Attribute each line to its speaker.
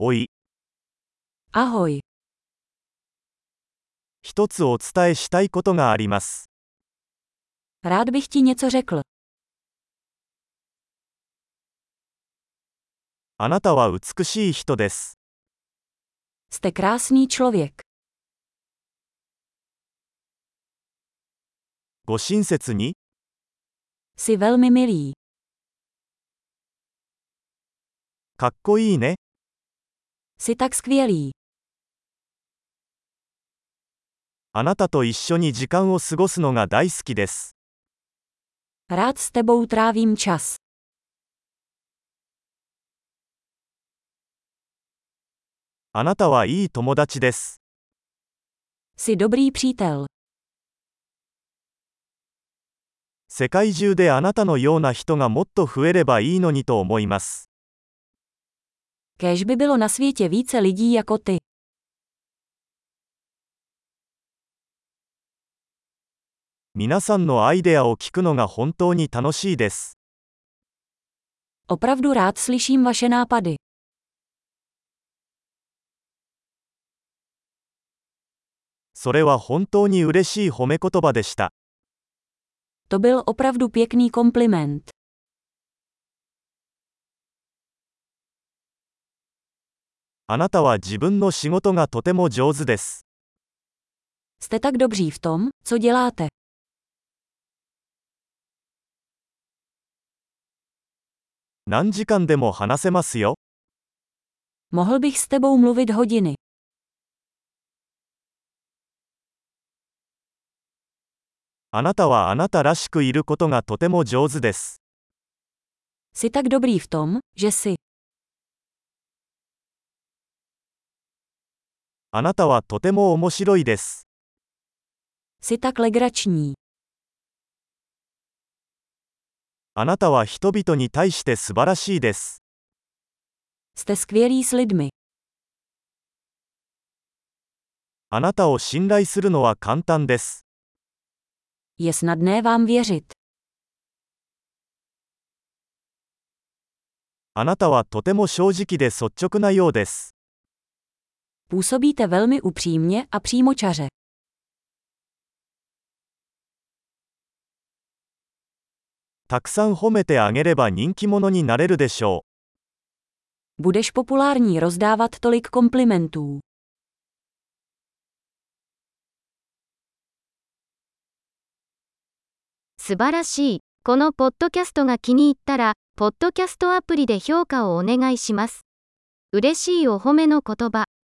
Speaker 1: Oi、
Speaker 2: Ahoj,
Speaker 1: 一つお伝えしたいことがあります。
Speaker 2: rád bych ti něco řekl.
Speaker 1: あなたは美しい人です。
Speaker 2: Jste krásný člověk.
Speaker 1: ご親切に、
Speaker 2: Jsi velmi milý.
Speaker 1: かっこいいね。
Speaker 2: Jsi tak skvělý.
Speaker 1: あなたと一緒に時間を過ごすのが大好きです。
Speaker 2: Rád s tebou trávím čas.
Speaker 1: あなたはいい友達です。
Speaker 2: Jsi dobrý přítel.
Speaker 1: 世界中であなたのような人がもっと増えればいいのにと思います。
Speaker 2: Kéž by bylo na světě více lidí jako ty.
Speaker 1: 皆さんのアイデアを聞くのが本当に楽しいです。
Speaker 2: Opravdu rád slyším vaše nápady.
Speaker 1: それは本当に嬉しい褒め言葉でした。
Speaker 2: To byl opravdu pěkný kompliment.
Speaker 1: あなたは自分の仕事がとても上手です。
Speaker 2: Jste tak dobří v tom, co děláte.
Speaker 1: 何時間でも話せますよ。
Speaker 2: Mohl bych s tebou mluvit hodiny.
Speaker 1: あなたはあなたらしくいることがとても上手です。
Speaker 2: Jsi tak dobrý v tom, že jsi.
Speaker 1: あなたはとても面白いです。
Speaker 2: Jsi tak legrační.
Speaker 1: あなたは人々に対して素晴らしいです。
Speaker 2: Jste skvělý s lidmi.
Speaker 1: あなたを信頼するのは簡単です。
Speaker 2: Je snadné vám věřit.
Speaker 1: あなたはとても正直で率直なようです。
Speaker 2: Působíte velmi upřímně a přímočaře.
Speaker 1: たくさん褒めてあげれば人気者になれるでしょう。
Speaker 2: Budeš populární rozdávat tolik komplimentů.
Speaker 3: 素晴らしい。このポッドキャストが気に入ったら、ポッドキャストアプリで評価をお願いします。嬉しいお褒めの言葉。